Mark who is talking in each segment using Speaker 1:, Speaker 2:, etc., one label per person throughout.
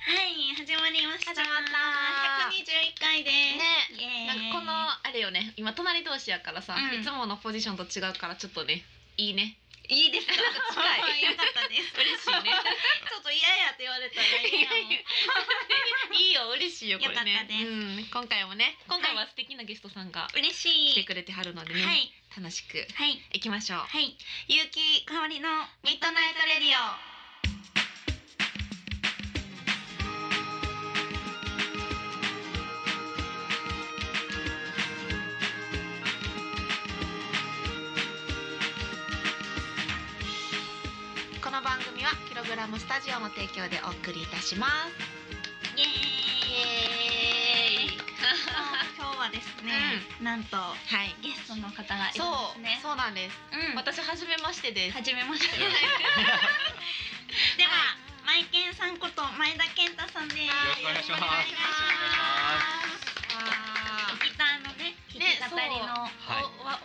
Speaker 1: 始まりました。
Speaker 2: 始まった
Speaker 1: 百二十一回です。ね
Speaker 2: なんかこのあれよね今隣同士やからさ、
Speaker 1: うん
Speaker 2: いつものポジションと違うからちょっとねいいね
Speaker 1: いいですか。
Speaker 2: 近い
Speaker 1: よかった です。
Speaker 2: 嬉しいね
Speaker 1: ちょっと嫌やって言われたら嫌 やもん
Speaker 2: いやいやいいよ嬉しいよこれね
Speaker 1: よかったです
Speaker 2: うん、今回もね今回は素敵なゲストさんが
Speaker 1: 嬉
Speaker 2: 来
Speaker 1: しい。
Speaker 2: てくれてはるのでね、
Speaker 1: はい
Speaker 2: 楽しく
Speaker 1: はい
Speaker 2: いきましょう
Speaker 1: はい。ゆうきかおりのミッドナイトレディオ。
Speaker 2: この番組はキログラムスタジオの提供でお送りいたします
Speaker 1: イエ ーイ。
Speaker 2: イエーイ
Speaker 1: 今日はですね、なんと
Speaker 2: はい
Speaker 1: ゲストの方がい
Speaker 2: そ
Speaker 1: るんです
Speaker 2: う、
Speaker 1: ね。
Speaker 2: そうなんです、
Speaker 1: うん
Speaker 2: 私初めましてです
Speaker 1: はじめまして。では、マイケンさんこと前田健太さんです。よ
Speaker 2: ろしくお願いします
Speaker 1: お願いしますギターのね、弾き語りの、
Speaker 3: はい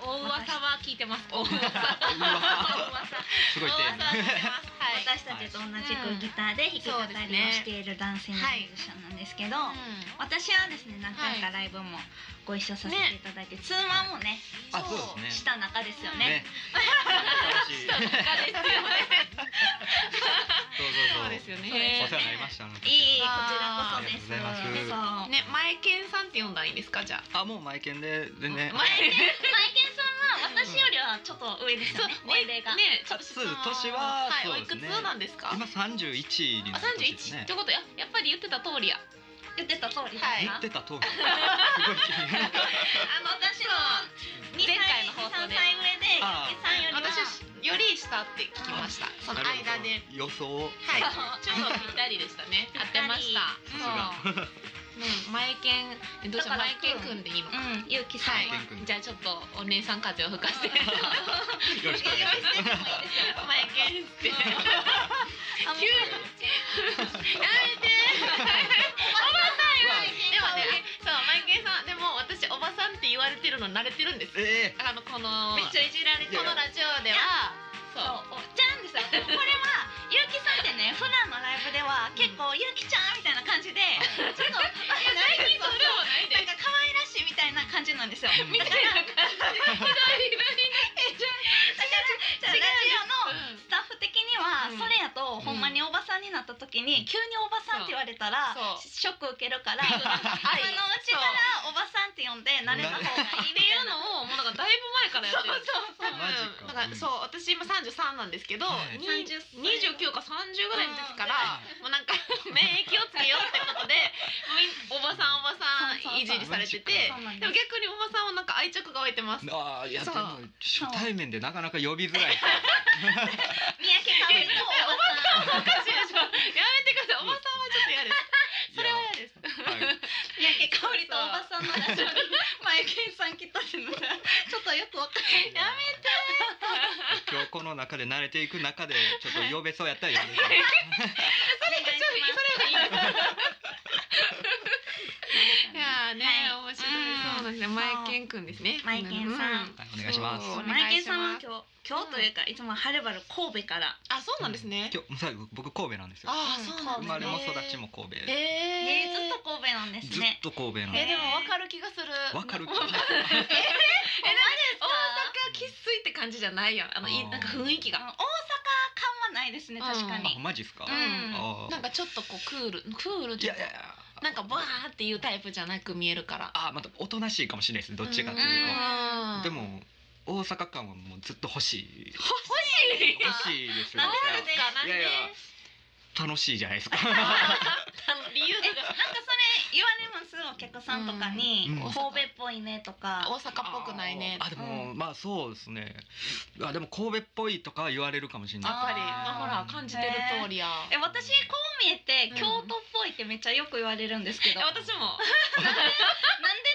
Speaker 2: おおお噂は聞いてますお噂お噂
Speaker 3: すごいテーマ。
Speaker 1: 私たちと同じくギターで弾き語りをしている男性のミュージシャンなんですけど、私はですね、何回かライブもご一緒させていただいて、通話もね、
Speaker 3: あ、そうですね。
Speaker 1: した中ですよね。
Speaker 3: 楽しい。そう
Speaker 2: そうです
Speaker 3: そうそう。
Speaker 2: よね。そうですよね。
Speaker 3: お世話になりました。あの時
Speaker 1: いい、こちらこそです。
Speaker 3: ありがとうござい
Speaker 1: そう。
Speaker 2: ね、前健さんって呼んだらいいんですかじゃあ。
Speaker 3: あ、もうマイケンで全然。
Speaker 2: 前
Speaker 1: マ
Speaker 2: 健
Speaker 1: イケンさんは私よりはちょっと上ですよね。
Speaker 2: そう
Speaker 1: 年齢が。
Speaker 2: ね、ちょっと
Speaker 3: かつ年は
Speaker 2: はい、
Speaker 3: そう
Speaker 2: おい
Speaker 3: で
Speaker 2: く
Speaker 3: す
Speaker 2: つ
Speaker 3: ね
Speaker 2: なんですか。
Speaker 3: 今三十一にな
Speaker 2: あ、
Speaker 3: った
Speaker 2: 三十
Speaker 3: 年です
Speaker 2: 一
Speaker 3: ね
Speaker 2: って。ことや、やっぱり言ってた通りや。
Speaker 1: 言ってた通りですか。
Speaker 2: はい
Speaker 3: 言ってた通り。すごい気になる。
Speaker 2: あの、私は、
Speaker 1: 前
Speaker 2: 前
Speaker 1: 回の
Speaker 2: 回の
Speaker 1: 放
Speaker 2: 放
Speaker 1: 送
Speaker 2: 送
Speaker 1: で
Speaker 2: で
Speaker 1: 3歳上で
Speaker 3: あ
Speaker 1: ゆきさんよりは
Speaker 2: 私より下って聞きました。その間で。
Speaker 3: なるほど。予想。は
Speaker 2: はい、 ちょうどぴったりでしたね。合ってました。
Speaker 3: さすが。
Speaker 2: うん、前健、えどうしよ
Speaker 1: だ
Speaker 2: う、
Speaker 1: から
Speaker 2: 前健くんでいいのか。
Speaker 1: うんゆうきさ
Speaker 2: は
Speaker 1: ん
Speaker 2: い
Speaker 1: は、
Speaker 3: 健くん
Speaker 2: じゃあちょっとお姉さん風を吹か して前
Speaker 3: よろしくお願いします。
Speaker 2: 健って
Speaker 1: あもう
Speaker 2: 急やめて でもねそうマイケンさんでも私おばさんって言われてるの慣れてるんです
Speaker 3: ええ。
Speaker 2: あのこの
Speaker 1: めっちゃいじられて
Speaker 2: この
Speaker 1: る
Speaker 2: ラジオではそう
Speaker 1: そうおちゃんですよこれはゆうきさんってね普段のライブでは結構ゆうきちゃんみたいな感じでちょっとなんか
Speaker 2: 最近それもないで
Speaker 1: 可愛らしいみたいな感じなんですよだ
Speaker 2: みたいな感じ
Speaker 1: からラジオの
Speaker 2: うん
Speaker 1: スタッフ的には
Speaker 2: うん
Speaker 1: それやとほんまにおばさんになった時に急におばさんって言われたら
Speaker 2: そう
Speaker 1: ショック受けるから今のうちからおばさんって呼んで慣れた方がいい
Speaker 2: って
Speaker 1: み
Speaker 2: い
Speaker 1: たいうな
Speaker 2: のをもうなんかだいぶ前からやって る多分
Speaker 3: マジか
Speaker 2: なんかそう私今33なんですけど、
Speaker 3: はい
Speaker 2: に
Speaker 1: 30歳
Speaker 2: 29か30ぐらいの時から、
Speaker 3: う
Speaker 2: もうなんか免疫をつけようってこ とでみおばさんおばさん
Speaker 1: そうそうそう
Speaker 2: いじりされてて
Speaker 1: そうなんです
Speaker 2: でも逆におばさんはなんか愛着が湧いてます。
Speaker 3: ああ、いやでも
Speaker 2: そう
Speaker 3: 初対面でなかなか呼びづらい。
Speaker 1: 三宅かおりとおばさん
Speaker 2: おかしいでしょやめてくださいおばさんはちょっと嫌ですそれは嫌です
Speaker 3: はい。
Speaker 1: 三宅かおりとおばさんのラジオに前健さん来たってのがちょっとよくわかんない
Speaker 3: やめて。今日この中で慣れていく中でちょっと呼べそうやったら呼んでください。
Speaker 1: それが
Speaker 2: ちょっとそれがいいですいやーね、
Speaker 1: は
Speaker 2: 面白いそうなんですね
Speaker 1: そう
Speaker 2: マイケンくんですね
Speaker 1: マイケンさん
Speaker 2: う
Speaker 3: はい、お願いします。
Speaker 2: そう
Speaker 1: マイケンさんは
Speaker 2: お願いし
Speaker 1: 今日今日というかいつもはるばる神戸から
Speaker 2: あそうなんですね、
Speaker 3: 今日、最後、僕神戸なんですよ。
Speaker 2: あーそうなんで
Speaker 3: 生
Speaker 2: すね
Speaker 3: まれも育ちも神戸。
Speaker 2: え
Speaker 1: ね
Speaker 2: ー
Speaker 1: ずっと神戸なんです
Speaker 3: ずっ
Speaker 1: ね
Speaker 3: と神戸なん
Speaker 2: え
Speaker 3: で
Speaker 2: でも分かる気がする。
Speaker 3: わかる
Speaker 2: 大。
Speaker 1: えですか
Speaker 2: 阪生粋って感じじゃないやん。あのい
Speaker 3: あー
Speaker 2: なんか雰囲気
Speaker 1: 大阪
Speaker 2: が。
Speaker 1: 感はないですね確か
Speaker 3: あ、
Speaker 1: に
Speaker 3: マジですか。
Speaker 1: うん
Speaker 3: あー
Speaker 2: なんかちょっとこうクールクールっ
Speaker 3: い
Speaker 2: てい
Speaker 3: や
Speaker 2: う
Speaker 3: い
Speaker 2: か
Speaker 3: やいや。
Speaker 2: なんかバーっていうタイプじゃなく見えるから。
Speaker 3: あー、またおとなしいかもしれないです。どっちかっていうと。でも、大阪感はもうずっと欲しい。
Speaker 2: 欲しい。
Speaker 3: 欲しいですよ。
Speaker 2: なん
Speaker 1: で
Speaker 2: ですか。なん
Speaker 3: い
Speaker 2: で
Speaker 3: やいや。楽しいじゃないですか。
Speaker 2: あの理由
Speaker 1: えなん か
Speaker 2: が
Speaker 1: それ言われますお客さんとかに
Speaker 3: う
Speaker 1: 神
Speaker 3: ん
Speaker 1: 戸っぽいねとか
Speaker 2: 大阪っぽくないね。
Speaker 3: あ、でも、まあ、そうですね。あ、でも神戸っぽいとかは言われるかもしれない。
Speaker 2: やっぱり
Speaker 1: あー
Speaker 2: ほら感じてる通りや。
Speaker 1: え私こう見えて
Speaker 2: うん
Speaker 1: 京都っぽいってめっちゃよく言われるんですけ
Speaker 2: え
Speaker 1: ど、
Speaker 2: 私も。
Speaker 1: なんで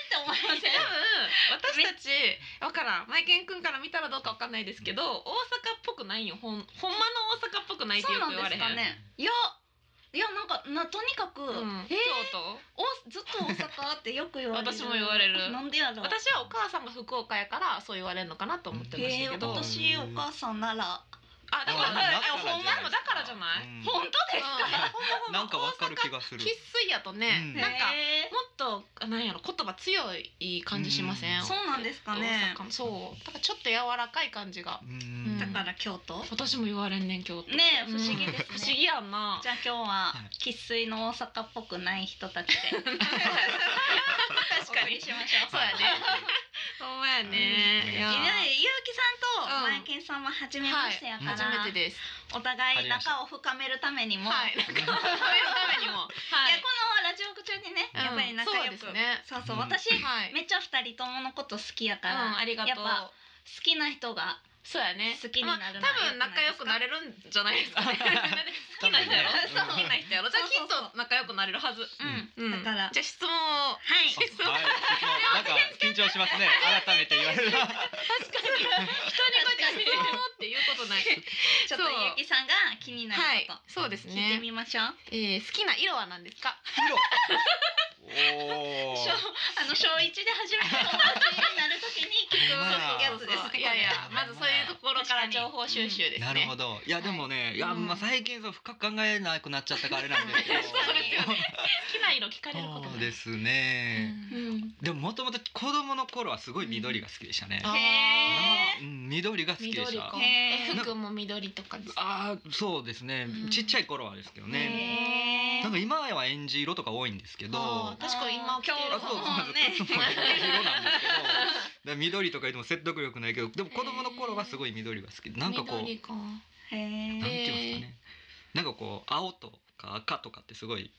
Speaker 1: って思いま
Speaker 2: 多
Speaker 1: す
Speaker 2: 分私たちわからんマイケン君から見たらどうかわかんないですけど大阪っぽくないよほんほんまの大阪っぽくないって
Speaker 1: そうな
Speaker 2: よく
Speaker 1: んで
Speaker 2: 言われへ
Speaker 1: す
Speaker 2: ん
Speaker 1: かねいやいやなんかなとにかく、
Speaker 2: うん、
Speaker 1: え
Speaker 2: 京都
Speaker 1: おずっと大阪ってよく言われる
Speaker 2: 私も言われる
Speaker 1: なんでやろう
Speaker 2: 私はお母さんが福岡やからそう言われるのかなと思ってました
Speaker 1: え
Speaker 2: け
Speaker 1: ー、
Speaker 2: ど、
Speaker 3: うん
Speaker 1: 私お母さんなら
Speaker 2: あだから
Speaker 3: あな
Speaker 2: えほんまでもだからじゃない、
Speaker 3: うん
Speaker 2: 本当ですか、
Speaker 3: うんなんかわかる気がする
Speaker 2: 生っ粋やとね、
Speaker 3: うん
Speaker 2: なんか
Speaker 1: へ
Speaker 2: もっとなんやろ言葉強い感じしません、
Speaker 3: うん
Speaker 1: そうなんですかね
Speaker 2: 大阪そうだからちょっと柔らかい感じが
Speaker 3: う
Speaker 1: ー
Speaker 3: ん
Speaker 1: だから京都
Speaker 2: 私も言われんねん京都、
Speaker 1: ねえ不思議ですね
Speaker 2: 不思議やんな
Speaker 1: じゃあ今日は生粋の大阪っぽくない人たち で確かにしましょう
Speaker 2: そうやねほんまやね、
Speaker 3: う
Speaker 2: い
Speaker 3: ん
Speaker 2: や
Speaker 1: いやゆうきさん
Speaker 2: う
Speaker 1: と
Speaker 2: ん
Speaker 1: マイケンさんは初めましてやから、
Speaker 2: 初めてです
Speaker 1: お互い仲を深めるためにも、
Speaker 2: はい
Speaker 1: い、
Speaker 2: なんか食べるためにもはい
Speaker 1: やこのラジオ中にね
Speaker 2: うん
Speaker 1: やっぱり仲良く、
Speaker 2: そうで
Speaker 1: そ
Speaker 2: すね
Speaker 1: うそう
Speaker 3: うん
Speaker 1: 私、
Speaker 2: はい
Speaker 1: めっちゃ二人とものこと好きやから、
Speaker 2: うん、ありがとう
Speaker 1: やっぱ好きな人が
Speaker 2: そうやね
Speaker 1: 好きになるのは
Speaker 2: まあ多分仲良くなれるんじゃないです かね好きな人やろ
Speaker 1: 多
Speaker 2: 好
Speaker 1: 分ね
Speaker 2: きな人やろじゃあ
Speaker 1: そうそうそう
Speaker 2: きっと仲良くなれるはず
Speaker 1: うん、
Speaker 2: うん
Speaker 1: だから
Speaker 2: じゃあ質問を
Speaker 1: はい
Speaker 3: はい、質問なんか緊張しま すね。改めて言われる。
Speaker 2: 確かに人にこうやって質問をっていうこと ない
Speaker 1: ちょっと
Speaker 2: そう
Speaker 1: ゆうきさんが気になる
Speaker 2: はい
Speaker 1: こ
Speaker 2: そうです
Speaker 1: と、聞いて
Speaker 2: ね
Speaker 1: みましょう、
Speaker 2: えー好きな色は何ですか
Speaker 3: おお。
Speaker 1: 小あの小一で初めて友達になるときに 聞くやつですね
Speaker 2: いやいやまずそういうところから
Speaker 1: 確かに
Speaker 2: 情報収集ですね
Speaker 3: なるほど。いやでもね、いやまあ最近そう深く考えなくなっちゃったからあれなんですけど。
Speaker 2: そうですよね好きな色聞かれること
Speaker 3: そ
Speaker 2: な
Speaker 3: う
Speaker 2: い
Speaker 3: ですね。
Speaker 2: うん
Speaker 1: うん
Speaker 3: でももともと子供の頃はすごい緑が好きでしたね。
Speaker 2: あ
Speaker 1: へ
Speaker 3: なうん緑が好きでし
Speaker 2: 緑
Speaker 3: た
Speaker 2: か。
Speaker 1: へ
Speaker 2: え
Speaker 1: ー
Speaker 2: 服も緑とかです
Speaker 3: ああそうですね
Speaker 2: う。ん
Speaker 3: ちっちゃい頃はですけど
Speaker 1: ーへ
Speaker 3: ね。
Speaker 1: ー
Speaker 3: なんか今はエンジ色とか多いんですけど。
Speaker 2: あー確かに今
Speaker 1: 今日
Speaker 2: 着て
Speaker 3: あ
Speaker 2: る
Speaker 3: そうそう
Speaker 2: も
Speaker 1: もね
Speaker 3: そうそう 色なんですけど。だから緑とか言っても説得力ないけどでも子供の頃はすごい緑が好きでなんかこう、
Speaker 2: 緑か
Speaker 1: へ
Speaker 3: なん
Speaker 1: え
Speaker 3: て言うんですかねなんかこう青とか赤とかってすごい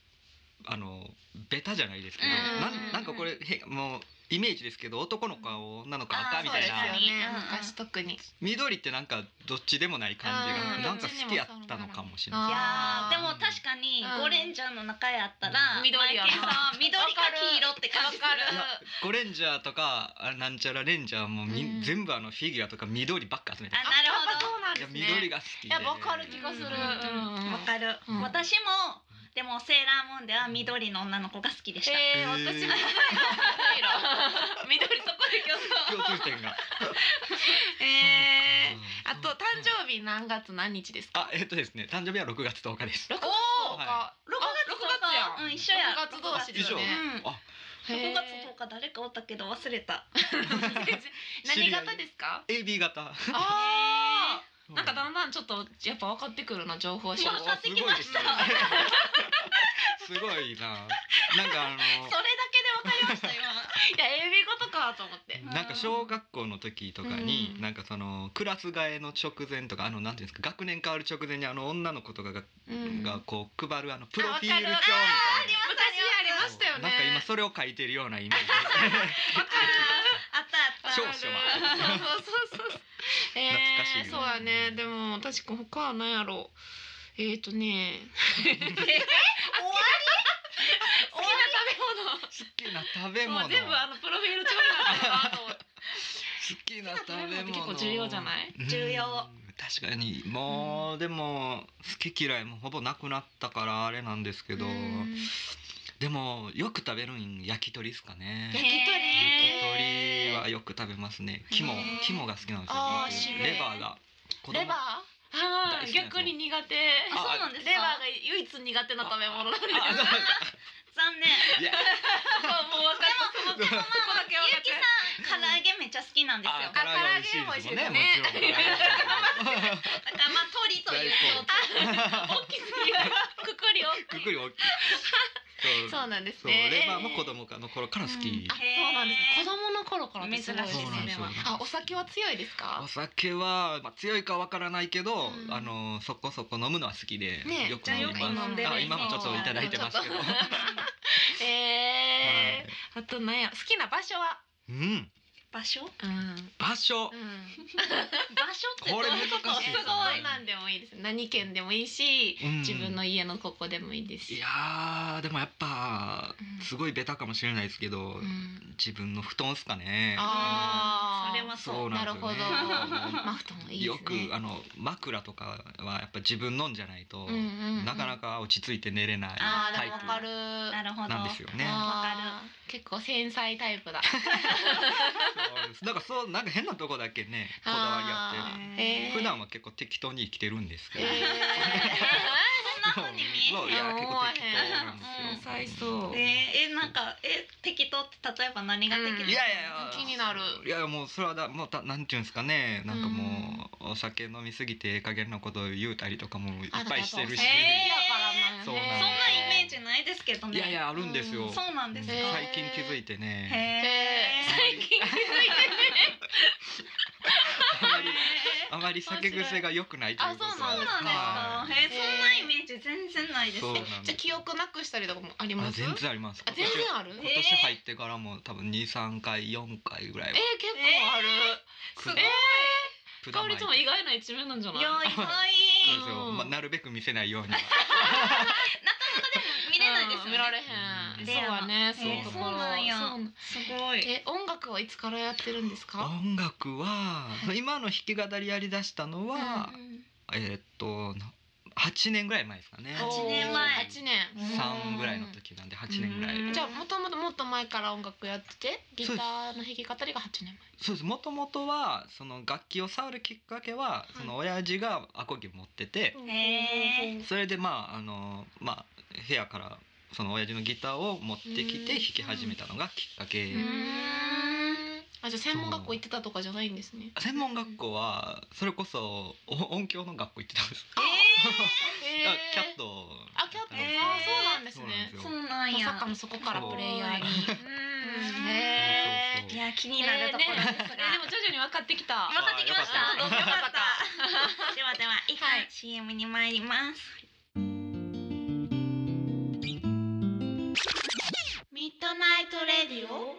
Speaker 3: あのベタじゃないですけど、
Speaker 2: うん
Speaker 3: なんなんかこれへもうイメージですけど男の子は女の子は
Speaker 1: あ
Speaker 3: 赤
Speaker 1: ー
Speaker 3: みたい
Speaker 2: そ
Speaker 3: な
Speaker 2: うですよね
Speaker 1: うんうん
Speaker 2: 昔特に
Speaker 3: 緑ってなんかどっちでもない感
Speaker 1: う
Speaker 3: じ
Speaker 1: ん
Speaker 3: がなんか好きやったのかもしれ
Speaker 1: い
Speaker 3: ない。
Speaker 1: や
Speaker 2: あ
Speaker 1: ーで
Speaker 2: ー
Speaker 1: も確かに
Speaker 2: うん
Speaker 1: ゴレンジャーの中やったら
Speaker 2: 緑やな
Speaker 1: マイケンさんは緑か黄色って感じする
Speaker 2: わかる
Speaker 3: いやゴレンジャーとかあなんちゃらレンジャーもみ、
Speaker 2: うん
Speaker 3: 全部あのフィギュアとか緑ばっか集めて
Speaker 1: あ
Speaker 3: る
Speaker 1: なるほど
Speaker 2: そうなん
Speaker 3: い
Speaker 2: で
Speaker 3: や
Speaker 2: すね
Speaker 3: 緑が好きで
Speaker 2: いやわかる気がする
Speaker 1: うん
Speaker 2: うんうん
Speaker 1: わかる、
Speaker 2: うん
Speaker 1: 私もでもセーラームーンでは緑の女の子が好きでした、
Speaker 2: えー、
Speaker 3: へ
Speaker 2: 私
Speaker 3: ー
Speaker 2: も緑色緑そこで競争
Speaker 3: 共通点が
Speaker 2: えー、あと
Speaker 3: そう
Speaker 2: 誕生日何月何日ですか
Speaker 3: あえっとですね誕生日は6月10日です
Speaker 2: 六月
Speaker 3: おー
Speaker 2: と
Speaker 3: は
Speaker 2: か六月やん
Speaker 1: うん一緒や
Speaker 2: 六月同士です
Speaker 3: 以上、
Speaker 2: よね
Speaker 1: うん
Speaker 3: あ
Speaker 1: 5月
Speaker 2: へ
Speaker 1: 10日誰かおったけど忘れた
Speaker 2: ー何型ですか
Speaker 3: AB 型
Speaker 2: あーなんかだんだんちょっとやっぱ分かってくるな情報
Speaker 1: 分
Speaker 2: 収集
Speaker 1: かってきました
Speaker 3: すごいななんか
Speaker 1: それだけでわかりました今
Speaker 2: いや AB 語とかと思って
Speaker 3: あのなんか小学校の時とかに、
Speaker 2: うん
Speaker 3: なんかそのクラス替えの直前とかあのなんていうんですか学年変わる直前にあの女の子とかが,、
Speaker 2: うん
Speaker 3: がこう配るあのプロフィール帳みたい
Speaker 2: あ
Speaker 3: な
Speaker 2: わかる昔ありましたよね
Speaker 3: なんか今それを書いてるようなイメージ
Speaker 2: わかる
Speaker 1: あったあった
Speaker 3: 少
Speaker 1: そ
Speaker 3: 々
Speaker 1: う
Speaker 3: は
Speaker 2: そうそうそうそうえ
Speaker 3: 懐かしい
Speaker 2: ー、
Speaker 3: よ
Speaker 2: そうやねでも確か他は何やろうえーとね好きな
Speaker 3: 好きな食べ
Speaker 2: 食べ物
Speaker 3: 物
Speaker 2: もう全部あのプロフィール帳になったなと思って
Speaker 3: 好きな食べ
Speaker 2: 好きな食べ物
Speaker 3: 物
Speaker 2: って結構重要じゃない
Speaker 3: うん
Speaker 1: 重要
Speaker 3: 確かにもう、でも好き嫌いもほぼなくなったからあれなんですけど、
Speaker 2: うん
Speaker 3: でもよく食べるん焼き鳥ですかね
Speaker 2: 焼き鳥
Speaker 3: 鳥はよく食べますね肝
Speaker 2: へー
Speaker 3: 肝が好きなんです
Speaker 2: あ
Speaker 1: ー
Speaker 3: よ
Speaker 1: 渋い
Speaker 3: レバーが子供
Speaker 2: レバーあ
Speaker 3: 大
Speaker 2: ー
Speaker 3: 好きなやつ
Speaker 2: 逆に苦手
Speaker 1: あそうなんですか
Speaker 2: レバーが唯一苦手な食べ物なんです
Speaker 3: あ
Speaker 1: 残念
Speaker 3: そうですかいや
Speaker 2: もう分かったその
Speaker 3: でもでも
Speaker 2: そこだけ
Speaker 1: ゆうき
Speaker 2: 分か
Speaker 1: さ
Speaker 2: っ
Speaker 1: ん唐揚げめっちゃ好きなんですよ
Speaker 3: あ
Speaker 1: だか
Speaker 3: 唐揚げ美味しいですもんねもちろん
Speaker 1: らまあ鳥という
Speaker 3: 最
Speaker 2: た
Speaker 3: 高
Speaker 2: 大き すぎるくくり大
Speaker 3: く
Speaker 2: きい
Speaker 3: くり大きいそう
Speaker 2: そうなんです
Speaker 3: そう
Speaker 2: ね
Speaker 3: レバーも子供の頃から好き
Speaker 2: うんあそうなんですね子供の頃からですごい
Speaker 1: 珍しい
Speaker 3: そうなんですよ
Speaker 2: あお酒は強いですか
Speaker 3: お酒は、まあ、強いかわからないけど、
Speaker 2: うん
Speaker 3: あのそこそこ飲むのは好きで、
Speaker 2: ね
Speaker 3: よく
Speaker 1: じゃあ
Speaker 3: 飲
Speaker 1: よ
Speaker 3: み
Speaker 1: く
Speaker 3: ます
Speaker 1: 飲んでる
Speaker 3: あ今もちょっといただいてますけど
Speaker 2: ちょっと
Speaker 3: はい
Speaker 2: えーあとなんや好きな場所は
Speaker 3: うん
Speaker 1: 場所
Speaker 2: うん
Speaker 3: 場所、
Speaker 1: 場所ってど
Speaker 3: こ
Speaker 1: う
Speaker 3: れ
Speaker 1: いうこと
Speaker 3: 難しいです
Speaker 2: す
Speaker 3: ね
Speaker 2: ごいなんでもいいです何県でもいいし
Speaker 3: うん
Speaker 2: 自分の家のここでもいいです
Speaker 3: い
Speaker 2: し
Speaker 3: やーでもやっぱ
Speaker 2: うん
Speaker 3: すごいベタかもしれないですけど、
Speaker 2: うん
Speaker 3: 自分の布団っすかね
Speaker 2: あー
Speaker 1: それはそう
Speaker 3: そうなんですよね
Speaker 2: なるほど
Speaker 3: もう
Speaker 2: マフトンもいいで
Speaker 3: よ
Speaker 2: す
Speaker 3: く
Speaker 2: ね
Speaker 3: あの枕とかはやっぱ自分のんじゃないと、
Speaker 2: うんうんうん
Speaker 3: なかなか落ち着いて寝れない
Speaker 2: あー
Speaker 3: タ
Speaker 2: で
Speaker 3: イ
Speaker 2: もわ
Speaker 3: プ
Speaker 2: かる
Speaker 1: なるほど
Speaker 3: なんですよね。
Speaker 2: あー結構繊細タイプだ
Speaker 3: そうなんかそうなんか変なとこだけねこだわりあって
Speaker 2: えー
Speaker 3: 普段は結構適当に生きてるんですけ ど、
Speaker 1: そんな風に見
Speaker 3: そう
Speaker 1: え
Speaker 3: いや
Speaker 1: へん。
Speaker 3: 結構適当なんですよ、
Speaker 2: 最そう
Speaker 1: えーえなんかえ適当って例えば何が適当？
Speaker 2: うん
Speaker 3: いやいや
Speaker 2: 気になる
Speaker 3: いやもうそれはだもうたなんていうんですかねなんかもう、お酒飲みすぎてええ加減なことを言うたりとかもいっぱいしてるし、
Speaker 1: あだから
Speaker 2: えー
Speaker 3: そうなん
Speaker 1: そん
Speaker 3: や
Speaker 1: なイメージないですけどね。
Speaker 3: いやいやあるんですよ、
Speaker 2: うん
Speaker 1: そうなんですか。
Speaker 3: うん
Speaker 2: へ
Speaker 1: へ
Speaker 3: 最近気づいてね
Speaker 1: え。
Speaker 2: 最近気づいてね
Speaker 3: あまりあまり酒癖が良くないということ
Speaker 2: あ
Speaker 1: そうなんですか。
Speaker 3: はい
Speaker 1: へえそんなイメージ全然ないです。
Speaker 3: そうなん
Speaker 2: じ
Speaker 3: で
Speaker 2: ゃあ記憶なくしたりとかもあり
Speaker 3: すあ
Speaker 2: ます
Speaker 3: 全然あります
Speaker 2: あ全然ある
Speaker 3: 今
Speaker 2: えー
Speaker 3: 年今年入ってからも多分23回4回ぐらいは
Speaker 2: 結構ある
Speaker 1: すごい。
Speaker 3: くだ
Speaker 2: かお
Speaker 3: ま
Speaker 2: り
Speaker 3: いて
Speaker 2: ちゃんも意外な一面なんじゃない
Speaker 1: いや意外。
Speaker 3: そうですよまあなるべく見せな いようには
Speaker 1: 見れないです
Speaker 2: うん
Speaker 1: よ
Speaker 2: 見ら
Speaker 1: ね。
Speaker 2: れへん
Speaker 1: レ
Speaker 2: そう
Speaker 1: アな
Speaker 2: はねそう
Speaker 3: えー
Speaker 2: ところ
Speaker 1: そうなんや
Speaker 2: そう
Speaker 1: すごい。
Speaker 2: え音楽はいつからやってるんですか
Speaker 3: 音楽は今の弾き語りやりだしたのは
Speaker 2: う、ん
Speaker 3: えーっとな8年ぐらい前ですかね
Speaker 1: 8年前
Speaker 2: 八年
Speaker 3: 3ぐらいの時なんで8年ぐらい
Speaker 1: うん
Speaker 2: じゃあもともともっと前から音楽やっててギターの弾き語りが8年
Speaker 3: そうですもともとはその楽器を触るきっかけはその親父がアコギ持ってて
Speaker 2: 前
Speaker 1: へ
Speaker 3: それでまああのまあ部屋からその親父のギターを持ってきて弾き始めたのがきっかけ
Speaker 2: うんあじゃあ専門学校行ってたとかじゃないんですね
Speaker 3: 専門学校はそれこそお音響の学校行ってたんです
Speaker 1: え
Speaker 2: へ
Speaker 3: あ
Speaker 2: ー
Speaker 3: キャット
Speaker 2: あキャット、
Speaker 1: へー
Speaker 2: あそうなんです
Speaker 3: そうなん
Speaker 2: ね
Speaker 3: で
Speaker 1: ー
Speaker 3: すよ
Speaker 1: そうなん
Speaker 2: ま
Speaker 1: や。
Speaker 2: さかのそこからプレイヤーに
Speaker 1: すごい
Speaker 2: うん
Speaker 1: うん
Speaker 2: へー
Speaker 3: そうそうそ
Speaker 1: い
Speaker 3: う
Speaker 1: や気になるところです
Speaker 2: え
Speaker 1: が。
Speaker 2: ーでも徐々に分かってきた
Speaker 1: 分かってきました。
Speaker 2: あーよかったです
Speaker 1: よかった。ではでは一
Speaker 2: は
Speaker 1: 回
Speaker 2: い
Speaker 1: CM に参ります。ミッドナイトレディオ。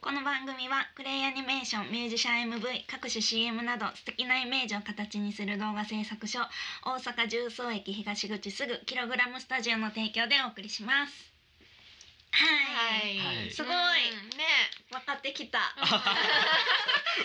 Speaker 1: この番組はクレイアニメーションミュージシャン MV 各種 CM など素敵なイメージを形にする動画制作所大阪十三駅東口すぐキログラムスタジオの提供でお送りしますはい、
Speaker 3: はい
Speaker 1: すごい
Speaker 2: うんね
Speaker 1: 分かってきた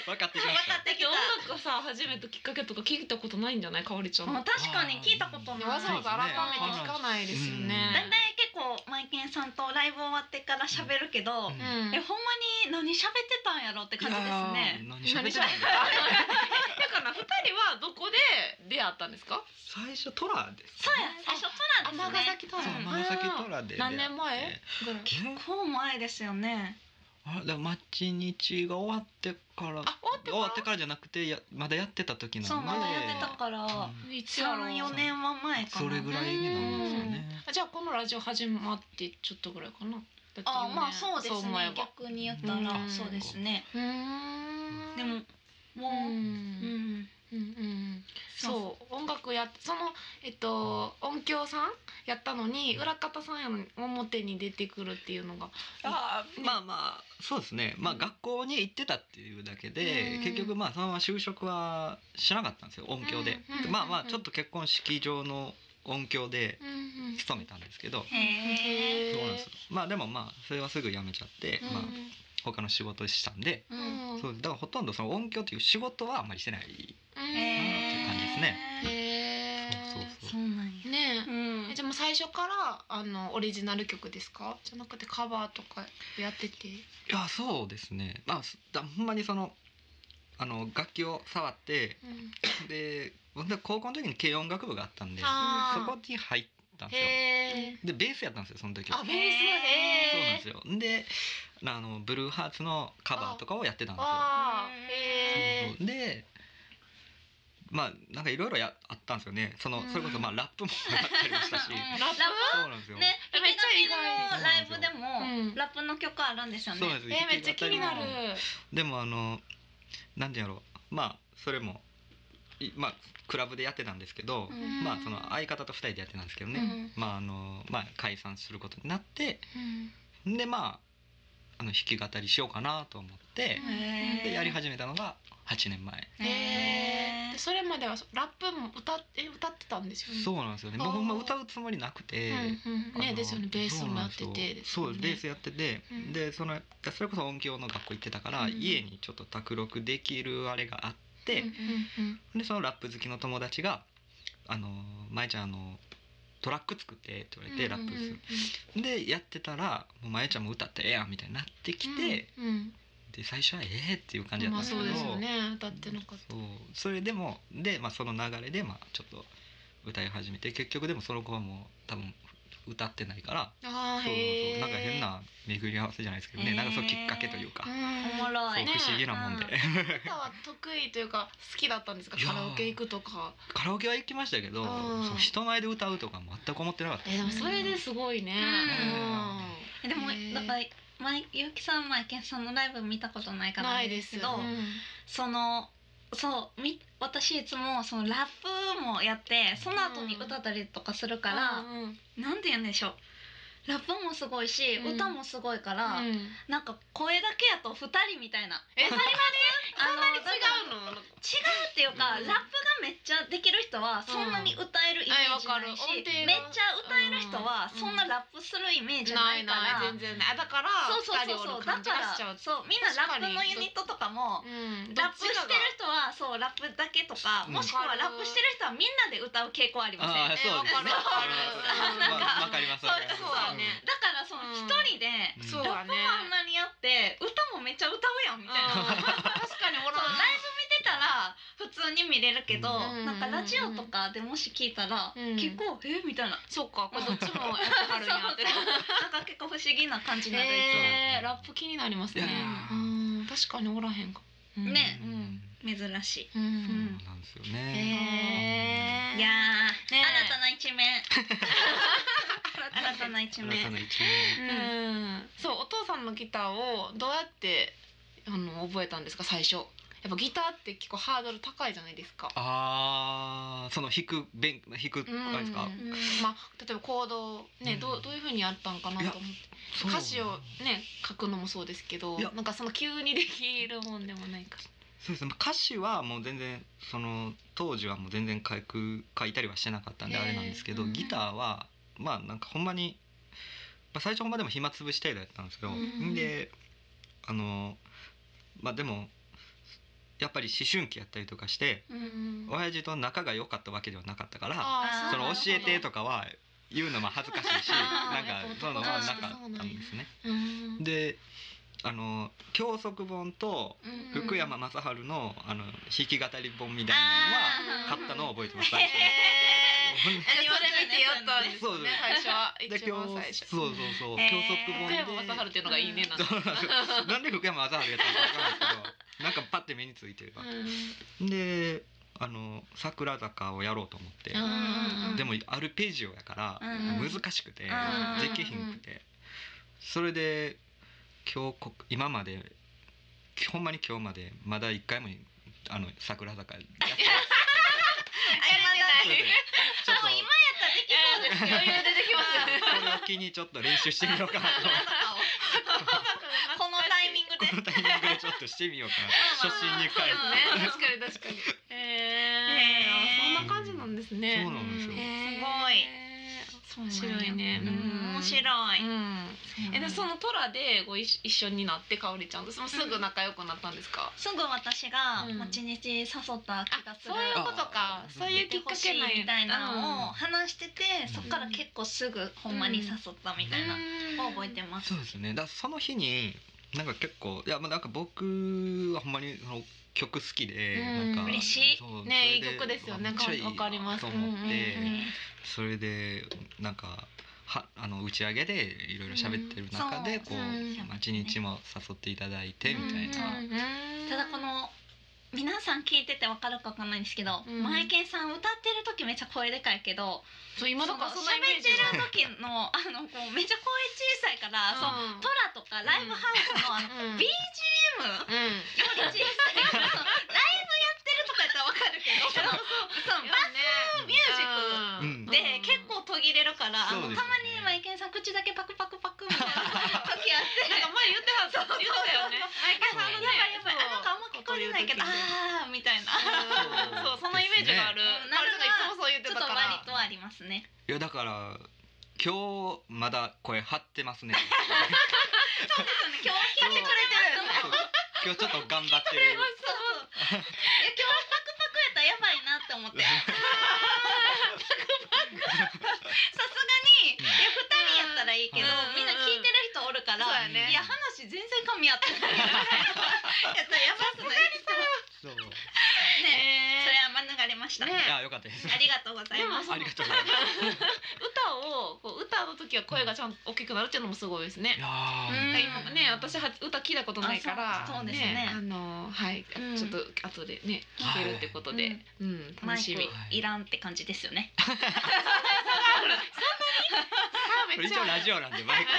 Speaker 3: 分かってき
Speaker 1: 分
Speaker 3: まし
Speaker 1: か
Speaker 3: た
Speaker 1: ってき
Speaker 2: だって
Speaker 1: た
Speaker 2: 音楽さ初めてきっかけとか聞いたことないんじゃないかおりちゃん
Speaker 1: もう
Speaker 2: も
Speaker 1: 確かに聞いたことない
Speaker 2: わざわざ改めて
Speaker 1: だい
Speaker 2: 聞かないですよ
Speaker 1: た
Speaker 2: ね
Speaker 1: い結構マイケンさんとライブ終わってから喋るけど、
Speaker 3: う
Speaker 2: う
Speaker 3: ん
Speaker 2: ん
Speaker 1: えほんまに何喋ってたんやろって感じですね
Speaker 3: いやー何喋ってたんだ
Speaker 2: だから二人はどこで出会ったんですか？
Speaker 3: 最初トラです
Speaker 1: そうや最初トラですね
Speaker 2: 尼崎トラ
Speaker 3: そ
Speaker 1: う
Speaker 3: う
Speaker 1: ん
Speaker 3: 尼崎トラで
Speaker 2: 何年前ぐらい？
Speaker 3: 結
Speaker 1: こう前ですよね
Speaker 3: あでも待日が終わってから
Speaker 2: あ終
Speaker 3: 終
Speaker 2: わ
Speaker 3: わ
Speaker 2: っ
Speaker 3: ってて
Speaker 2: か
Speaker 3: からじゃなくてやまだやってた時なので
Speaker 1: そうまだやってたから
Speaker 3: うん
Speaker 2: ら。いつやろう
Speaker 1: 三四年は前かな
Speaker 3: それぐらいになるんですよね
Speaker 2: あじゃあこのラジオ始まってちょっとぐらいかな。だって
Speaker 1: あ
Speaker 2: 四年
Speaker 1: まあそうです
Speaker 2: そう思え
Speaker 1: ね
Speaker 2: ば
Speaker 1: 逆に言ったら
Speaker 2: うん
Speaker 1: そうですね
Speaker 2: うーん。
Speaker 1: でもも
Speaker 2: う
Speaker 1: ううんん
Speaker 2: うんうん。
Speaker 1: そう
Speaker 2: そう音楽やっそのえっと音響さんやったのに裏方さんやのに表に出てくるっていうのが
Speaker 3: あーまあまあそうですねまあ学校に行ってたっていうだけで
Speaker 2: うん
Speaker 3: 結局まあそのまま就職はしなかったんですよ音響で
Speaker 2: うん
Speaker 3: まあまあちょっと結婚式場の音響で
Speaker 2: うんうん
Speaker 3: 勤めたんですけど
Speaker 1: へえ
Speaker 3: そうなんですよまあでもまあそれはすぐ辞めちゃってまあ他の仕事したんで
Speaker 2: う
Speaker 1: うん
Speaker 2: うん
Speaker 3: そうだからほとんどその音響という仕事はあんまりしてない
Speaker 2: へ
Speaker 3: ー感じです
Speaker 2: え
Speaker 1: ね
Speaker 3: そうそう
Speaker 1: そうなんや
Speaker 2: ね
Speaker 1: うん
Speaker 2: えじゃあもう最初からあのオリジナル曲ですかじゃなくてカバーとかやってて
Speaker 3: いやそうですねまあすだほんまにそのあの楽器を触ってでほんで高校の時に軽音楽部があったんでそ
Speaker 2: あー
Speaker 3: こに入ったんですよ
Speaker 2: へえ
Speaker 3: でベースやったんですよその時は
Speaker 2: あベースへえ
Speaker 3: そうなんですよであのブルーハーツのカバーとかをやってたんですよ
Speaker 2: あ
Speaker 1: うん
Speaker 2: ーへえ
Speaker 3: そうそうでまあなんかいろいろやあったんですよねその
Speaker 2: うん
Speaker 3: それこそまあラップもやったりもしたし
Speaker 1: うん
Speaker 2: ラップ
Speaker 3: そうなんですよ
Speaker 1: ね、
Speaker 2: えめっちゃ意
Speaker 3: 外
Speaker 1: ライブで
Speaker 2: うん
Speaker 1: もラップの曲あるんですよね。
Speaker 3: そうなんです
Speaker 2: えめっちゃ気になる
Speaker 3: でもあの何て言うんやろうまあそれもいまあクラブでやってたんですけど、
Speaker 1: うん
Speaker 3: まあその相方と2人でやってたんですけどね、
Speaker 2: うん
Speaker 3: まああのまあ、解散することになって
Speaker 2: うん
Speaker 3: でまああの弾き語りしようかなと思って、
Speaker 1: へ
Speaker 3: で
Speaker 1: ー
Speaker 3: やり始めたのが8年前、
Speaker 2: へ
Speaker 1: へ
Speaker 2: えそれまではラップも歌って歌ってたんですよね
Speaker 3: そうなんですよねもう
Speaker 2: あー
Speaker 3: ほんま歌うつもりなくて、
Speaker 2: うんうん
Speaker 3: あ
Speaker 2: ね
Speaker 3: の
Speaker 2: ですよねベースもやって
Speaker 3: そうなんです
Speaker 2: て
Speaker 3: よ
Speaker 2: です
Speaker 3: そ
Speaker 2: よ
Speaker 3: う
Speaker 2: ね
Speaker 3: ベースやってて、
Speaker 2: うん
Speaker 3: でそのそれこそ音響の学校行ってたから、
Speaker 2: うん
Speaker 3: 家にちょっと卓録できるあれがあって、
Speaker 2: うんうん
Speaker 3: でそのラップ好きの友達が「あのまえちゃんあのトラック作って」って言われてラップする、でやってたら「もうまえちゃんも歌ってええやん」みたいになってきて、
Speaker 2: うんうん
Speaker 3: で最初はええっていう感じだっ
Speaker 2: ま
Speaker 3: た
Speaker 2: あ
Speaker 3: んです
Speaker 2: そ
Speaker 3: け
Speaker 2: う
Speaker 3: ど、
Speaker 2: ですよね歌ってなかっ
Speaker 3: そうそれでもで、まあ、その流れで、まあ、ちょっと歌い始めて結局でもその子はもう多分歌ってないから
Speaker 2: たああ
Speaker 3: そうそう
Speaker 2: へえ
Speaker 3: そうなんか変な巡り合わせじゃないですけど
Speaker 1: へ
Speaker 3: ね
Speaker 1: ー
Speaker 3: なんかそうきっかけというか、
Speaker 1: お
Speaker 2: お
Speaker 1: もろい
Speaker 3: そう
Speaker 2: ね
Speaker 3: 不思議なもんで、
Speaker 1: う
Speaker 2: 歌は得意というか好きだったんですか
Speaker 3: いや
Speaker 2: カ
Speaker 3: ー
Speaker 2: ラオケ行くとか
Speaker 3: カラオケは行きましたけど、
Speaker 2: うん
Speaker 3: そう人前で歌うとか全く思ってなかった
Speaker 2: えでもそれですごいね
Speaker 1: えでも
Speaker 2: へー
Speaker 1: だから前ゆうきさん前健さんのライブ見たことないから
Speaker 2: ないです
Speaker 1: けど
Speaker 2: よね
Speaker 1: そのそうみ私いつもそのラップもやってその後に歌ったりとかするから、なんて言うんでしょうラップもすごいし、
Speaker 2: うん
Speaker 1: 歌もすごいから、
Speaker 2: うんうん
Speaker 1: なんか声だけやと二人みたいな
Speaker 2: えそんなに
Speaker 1: あの
Speaker 2: 違うのなんか
Speaker 1: 違うっていうか、
Speaker 2: う
Speaker 1: ラップ
Speaker 2: ん
Speaker 1: がめっちゃできる人はそんなに歌えるイメージないし、
Speaker 2: うん
Speaker 1: めっちゃ歌える人は
Speaker 2: うん
Speaker 1: そんなラップするイメージ
Speaker 2: な
Speaker 1: ないい
Speaker 2: な
Speaker 1: から、
Speaker 2: い全然ないあだから
Speaker 1: そうそう
Speaker 2: 二人
Speaker 1: そうそ
Speaker 2: おる
Speaker 1: うだ
Speaker 2: 感
Speaker 1: か
Speaker 2: じがしちゃ
Speaker 1: ら
Speaker 2: う
Speaker 1: そうみんなラップのユニットとかも、
Speaker 2: うん
Speaker 1: ラップして
Speaker 2: どっちか
Speaker 1: る
Speaker 2: が
Speaker 1: 人はそうラップだけとか、
Speaker 3: うん
Speaker 1: もしくはラップしてる人はみんなで歌う傾向ありません
Speaker 3: ああ
Speaker 2: え
Speaker 3: そうですね
Speaker 2: わかるわかる
Speaker 3: わかる
Speaker 2: なんか
Speaker 3: わわかります
Speaker 1: そう
Speaker 3: わかります
Speaker 1: そうだ
Speaker 2: ね
Speaker 1: だからその
Speaker 2: うん
Speaker 1: 一人で、
Speaker 3: うん
Speaker 2: そう
Speaker 1: ラ
Speaker 2: だ
Speaker 1: ップ
Speaker 2: ね
Speaker 1: もあんなにやって歌もめっちゃ歌うやんみ
Speaker 2: う
Speaker 1: た
Speaker 2: ん
Speaker 1: いな。
Speaker 2: 確かにお
Speaker 1: そうライブ
Speaker 2: らん
Speaker 1: 見てたら普通に見れるけど、
Speaker 2: うん
Speaker 1: なんかラジオとかでもし聞いたら、
Speaker 2: うん
Speaker 1: 結構えみたいな
Speaker 2: そっかこれどっちもやってはるんやって
Speaker 1: なんか結構不思議な感じになる、
Speaker 2: へえラップ気になりますね
Speaker 3: いやー
Speaker 2: うん確かにおらへんかうん
Speaker 1: ね
Speaker 3: うん
Speaker 1: いつも珍しい。
Speaker 2: うん
Speaker 3: そう
Speaker 2: うん
Speaker 3: なんですよね、
Speaker 2: へえ
Speaker 1: いやー、
Speaker 2: ねえ
Speaker 1: 新たな一面 新たな一
Speaker 3: 新た
Speaker 1: 面
Speaker 3: な一面
Speaker 2: うんそうお父さんのギターをどうやってあの覚えたんですか最初やっぱギターって結構ハードル高いじゃないですか
Speaker 3: あーその弾く勉弾く
Speaker 2: うん
Speaker 3: あれですか、
Speaker 2: うん
Speaker 1: ま
Speaker 2: まあ例えばコードをね、
Speaker 3: うん
Speaker 2: どうどういう風にやったんかなと思って
Speaker 3: そう
Speaker 2: 歌詞をね書くのもそうですけど
Speaker 3: いや
Speaker 2: なんかその急にできるもんでもないか
Speaker 3: そうですね歌詞はもう全然その当時はもう全然書く書いたりはしてなかったんで
Speaker 2: へー
Speaker 3: あれなんですけど、
Speaker 2: うん
Speaker 3: ギターはまあなんかほんまに、まあ、最初ほんまでも暇つぶしたいだったんですよ、
Speaker 2: うん
Speaker 3: であのまあでもやっぱり思春期やったりとかして
Speaker 2: ら、うん
Speaker 3: 親父と仲が良かったわけではなかったから
Speaker 2: あー
Speaker 3: そ
Speaker 1: ー
Speaker 3: の
Speaker 2: う
Speaker 3: 教えてとかは言うのも恥ずか しいし
Speaker 2: あ
Speaker 3: なん
Speaker 2: ー
Speaker 3: か
Speaker 2: やっぱ
Speaker 3: そういうの
Speaker 2: 男
Speaker 3: は
Speaker 1: と
Speaker 3: な
Speaker 1: して
Speaker 3: かったんですね。
Speaker 2: うん
Speaker 3: であの教則本と
Speaker 1: うん
Speaker 3: 福山雅治のあの弾き語り本みたいなのは買ったのを覚えてます。最初
Speaker 2: えー、
Speaker 1: あ
Speaker 2: それ
Speaker 1: りましたね
Speaker 2: 見てやったんです
Speaker 3: そう
Speaker 2: ね
Speaker 3: です
Speaker 2: 最初は
Speaker 3: で
Speaker 2: 一
Speaker 3: 教
Speaker 2: 番最初
Speaker 3: そうそうそう、
Speaker 1: へー
Speaker 3: 教則本
Speaker 2: 福
Speaker 3: で
Speaker 2: 山雅治っていうのがいいねなんか、
Speaker 3: そうなんで福山雅治やったのかわかんないですけどなんかパッて目についてれば
Speaker 2: う、ん
Speaker 3: であの桜坂をやろうと思って、
Speaker 1: うん
Speaker 3: でもアルペジオやから
Speaker 1: うん
Speaker 3: 難しくて、
Speaker 1: うん
Speaker 3: できひんくて、それで今日こ今までほんまに今日までまだ一回もあの桜坂やってない
Speaker 1: あ
Speaker 3: のでちょっと
Speaker 1: 今やったらできそうですよ
Speaker 2: 余裕出てきます ね
Speaker 3: これを機にちょっと練習してみようかなと思って。
Speaker 1: このタイミン グで
Speaker 3: このタイミングでちょっとしてみようかな初心に帰
Speaker 2: そう
Speaker 3: る
Speaker 2: ですね確かに確かにえー、
Speaker 1: へー
Speaker 2: あそんな感じなんですね
Speaker 3: そうなんですよ
Speaker 2: へー
Speaker 1: すごい
Speaker 2: 面白いね
Speaker 3: うん
Speaker 1: 面白
Speaker 2: い
Speaker 1: い、
Speaker 2: えでそのトラでご一一緒になって香織ちゃんとそのすぐ仲良くなったんですか、
Speaker 1: すぐ私が
Speaker 2: うん
Speaker 1: 町日誘った気が
Speaker 2: あ
Speaker 1: する、
Speaker 2: そういうことか
Speaker 3: あ
Speaker 2: そういうきっか
Speaker 1: 欲しい
Speaker 2: けなんや
Speaker 1: みたいなのを
Speaker 2: うん
Speaker 1: 話してて、そっから結構すぐほんまに誘ったみたいなのを覚えてます、
Speaker 3: そうですねだからその日になんか結構いやまあなんか僕はほんまにその曲好きで、
Speaker 2: うん
Speaker 3: なんか
Speaker 1: 嬉しい
Speaker 3: そう
Speaker 2: ね
Speaker 3: それ
Speaker 2: いい曲ですよね
Speaker 3: めっちゃいいな
Speaker 2: わかります
Speaker 3: と思っ
Speaker 2: うん
Speaker 3: て、
Speaker 2: うんうん
Speaker 3: それでなんかはあの打ち上げでいろいろ喋ってる中
Speaker 1: う
Speaker 3: で、
Speaker 1: ん
Speaker 3: こう
Speaker 2: うん
Speaker 3: 毎日も誘っていただいてみたいな、
Speaker 1: うん
Speaker 2: うん
Speaker 1: ただこの皆さん聞いてて分かるか分かんないんですけど、
Speaker 2: うん
Speaker 1: マイケンさん歌ってる時めっちゃ声でかいけど
Speaker 2: そう今だから
Speaker 1: そ
Speaker 2: そ
Speaker 1: の
Speaker 2: んなイメ
Speaker 1: 喋
Speaker 2: ー
Speaker 1: っ
Speaker 2: ジ
Speaker 1: て
Speaker 2: は
Speaker 1: る時のあのこうめっちゃ声小さいから、そう
Speaker 2: うん
Speaker 1: トラとかライブハウスのあの
Speaker 2: うん
Speaker 1: BGM より小
Speaker 2: う
Speaker 1: さいそうラ
Speaker 2: ん
Speaker 1: イブやってるとかやったら分かるけどそのそうバ
Speaker 2: ッ
Speaker 1: ミュージッ
Speaker 3: クうん
Speaker 1: で結構途切れるから、あの
Speaker 3: そうです
Speaker 1: た
Speaker 3: よね
Speaker 1: まにマイケンさん口だけパクパクパクみたいな時あって
Speaker 2: なんか前言ってはった言ってたよね毎回
Speaker 1: あ
Speaker 2: さんのね
Speaker 1: やばいやばいあなんかあんま聞こえてないけど
Speaker 2: そう
Speaker 1: あーみたいな
Speaker 2: うんそうそのイメージがある
Speaker 1: うん
Speaker 2: カルちゃんがいつもそう言って
Speaker 1: ちょったと
Speaker 2: から
Speaker 1: 割とありますね
Speaker 3: いやだから今日まだ声張ってま すね
Speaker 1: そうですよね今日弾いてくれてる
Speaker 3: そう 今日ちょっと頑張ってる
Speaker 1: そうそういや今日パクパクやったらやばいなって思ってさすがにいや2人やったらいいけど、
Speaker 2: うん
Speaker 1: みんな聞いてる人おるから、
Speaker 2: そうやね
Speaker 1: いや話全然噛み合ってないやったやばくないですか
Speaker 3: そう
Speaker 1: ねそれは免れました、
Speaker 2: ね
Speaker 3: あよかったです
Speaker 1: ありがとうございます
Speaker 2: でも
Speaker 3: ありがとうございま
Speaker 2: 歌をこう歌の時は声がちゃんと大きくなるっていうのもすごいです
Speaker 3: すい
Speaker 2: ね。
Speaker 3: や
Speaker 1: う
Speaker 3: ー
Speaker 1: ん
Speaker 2: 今ね私は歌聞いたことないから
Speaker 3: あそうそうです
Speaker 1: ね
Speaker 2: あのはい、
Speaker 1: うん
Speaker 2: ちょっと後でね聞けるってことで、
Speaker 1: はい
Speaker 2: うん
Speaker 1: マ
Speaker 2: 楽
Speaker 1: イク
Speaker 2: しみ。
Speaker 1: いらんって感じですよね
Speaker 2: あ
Speaker 3: これ一応ラジオなんでマ イク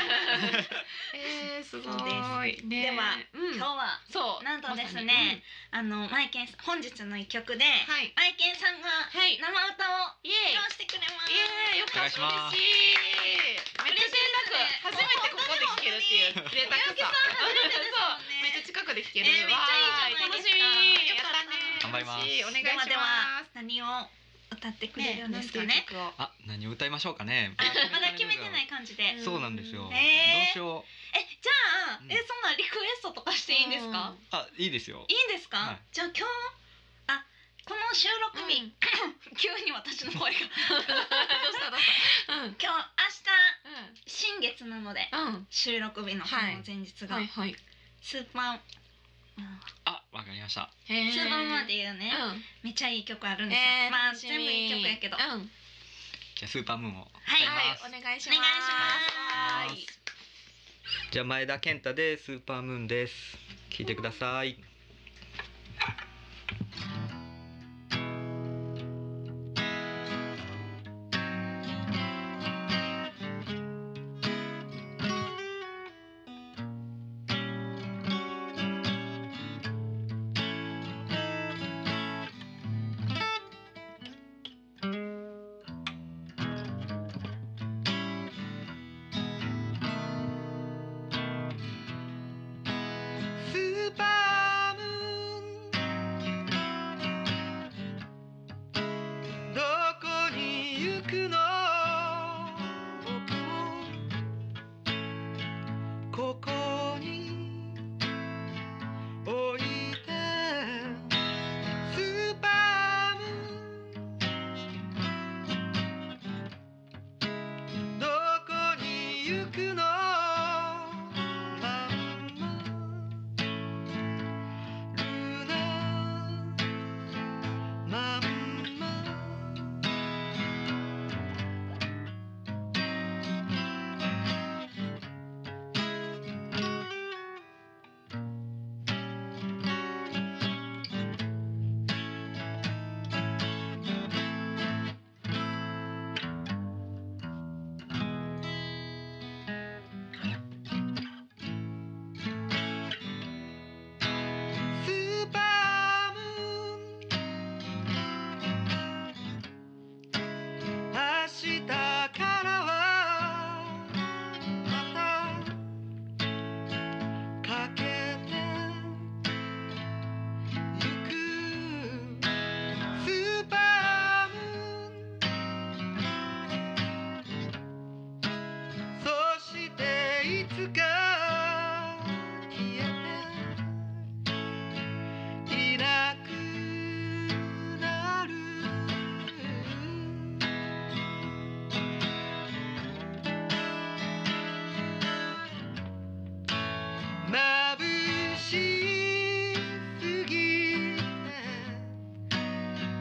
Speaker 2: えー、すご
Speaker 1: そう
Speaker 2: いね。
Speaker 1: では
Speaker 2: うん、
Speaker 1: 今日は
Speaker 2: そう
Speaker 1: なんとですね
Speaker 2: まさに
Speaker 1: あのマイケンさん本日の一曲で、
Speaker 2: うんはい
Speaker 1: マイケンさんが
Speaker 2: はい
Speaker 1: 生歌を
Speaker 2: イエ
Speaker 1: 披
Speaker 2: ーイ
Speaker 1: 露してくれます
Speaker 2: イエーイよかった
Speaker 3: お願いします
Speaker 2: 嬉しいめっちゃ贅沢初めてここで聴けるっていう贅沢さ
Speaker 1: 本当に
Speaker 2: めっちゃ近くで聴ける、
Speaker 1: えーめっちゃいいじゃないですか
Speaker 2: わー楽しみやったね
Speaker 3: よかった頑張ります
Speaker 2: 嬉しいお願い
Speaker 1: ではで
Speaker 2: し
Speaker 1: は
Speaker 2: ま
Speaker 1: 何を歌ってく
Speaker 2: す
Speaker 1: れるんですかね
Speaker 2: なんていう曲を
Speaker 3: あ何を歌いましょうかね
Speaker 1: あまだ決めてない感じで、
Speaker 2: う
Speaker 1: え
Speaker 2: ん
Speaker 3: そうなんですよ、
Speaker 1: へー
Speaker 3: どうしよう
Speaker 1: じゃあ、えそんなリクエストとかしていいんですか、
Speaker 2: うん
Speaker 3: あいいですよ
Speaker 1: いいんですか、
Speaker 3: はい
Speaker 1: じゃあ今日あこの収録日、
Speaker 2: うん
Speaker 1: 急に私の声が
Speaker 2: どうしたどうしたうん
Speaker 1: 今日明日新月なので
Speaker 2: うんうん
Speaker 1: 収録日のこ
Speaker 2: はい
Speaker 1: の前日が、
Speaker 2: はいはい
Speaker 1: スーパー、うん
Speaker 3: あわかりました
Speaker 2: へー
Speaker 1: スーパーマーっていうね、
Speaker 2: うん
Speaker 1: めっちゃいい曲あるんですよ、
Speaker 2: えー
Speaker 1: まあ
Speaker 2: 楽しみ
Speaker 1: 全部いい曲やけど、
Speaker 2: うん
Speaker 1: お願い
Speaker 2: はい
Speaker 3: じゃあスーパームーンを
Speaker 1: い
Speaker 2: お願いします
Speaker 1: します
Speaker 2: はい
Speaker 3: じゃあ前田健太でスーパームーンです聞いてくださいスーパームーンどこに行くの僕もここに置いてスーパームーンどこに行くのまんまルナまんまスーパームーン明日からはまたかけてゆくスーパームーンそしていつか消えていなくなる眩しすぎて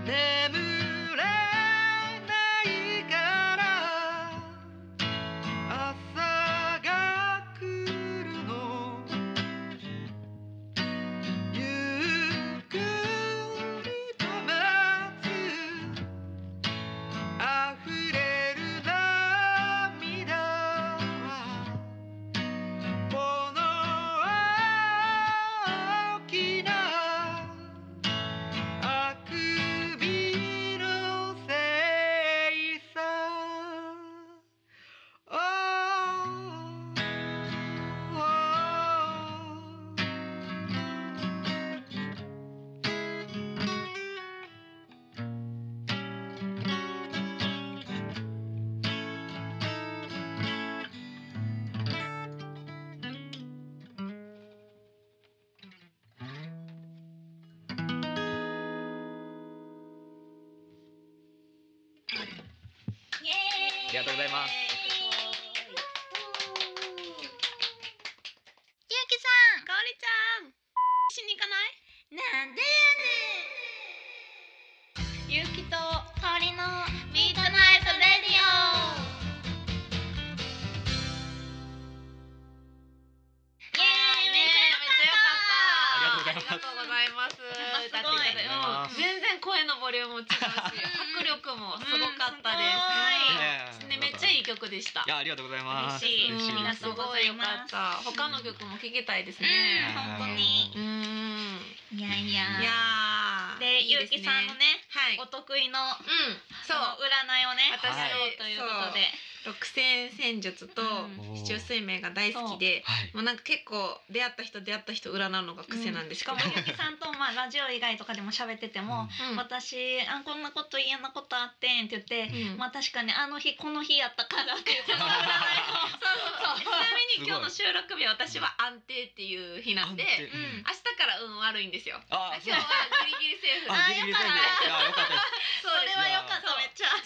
Speaker 3: 眠れないから朝が来るのゆっくりと待つ溢れる涙はこの大きなあくびのせいさ Oh, oh, oh.
Speaker 1: イエーイ
Speaker 3: ありがとうございます
Speaker 1: イエーイ
Speaker 2: 声も違うし迫力もすごかったです
Speaker 3: うんすご
Speaker 2: ね
Speaker 3: い
Speaker 2: めっちゃいい曲でした
Speaker 3: いやありがとうございます。
Speaker 2: 嬉しい
Speaker 3: 嬉しい
Speaker 2: みん
Speaker 3: で
Speaker 2: な
Speaker 3: す
Speaker 2: すごい良かった他の曲も聴けたいですね
Speaker 1: うん本当に
Speaker 2: うん
Speaker 1: いやいや
Speaker 2: いやー
Speaker 1: で
Speaker 2: いい
Speaker 1: ゆう
Speaker 2: すね
Speaker 1: きさんのね
Speaker 2: はい
Speaker 1: お得意の
Speaker 2: うん
Speaker 1: そ
Speaker 2: そうう
Speaker 1: 占いをね
Speaker 2: 私
Speaker 3: はい
Speaker 1: ということで
Speaker 2: 六千戦術と
Speaker 1: うん
Speaker 3: おー
Speaker 2: 四柱推命が大好きで
Speaker 3: はい。
Speaker 2: もうなんか結構出会った人出会った人占うのが癖なんです
Speaker 1: し
Speaker 2: け
Speaker 1: か
Speaker 2: ど
Speaker 1: もゆうきさんとまあラジオ以外とかでも喋ってても
Speaker 2: うん
Speaker 1: 私あこんなこと嫌なことあってんって言って
Speaker 2: うん
Speaker 1: まあ確かにあの日この日やったからって言っても
Speaker 2: そうそうそうちなみに今日の収録日は私は安定っていう日なんで
Speaker 3: 安定
Speaker 1: うん
Speaker 2: 明日から運悪いんですよ
Speaker 3: あ
Speaker 2: 今日はギリギリセーフ
Speaker 3: あギリギリセーフでいや良かったです。
Speaker 1: それはよかった
Speaker 2: そう
Speaker 1: めっちゃ
Speaker 2: ちな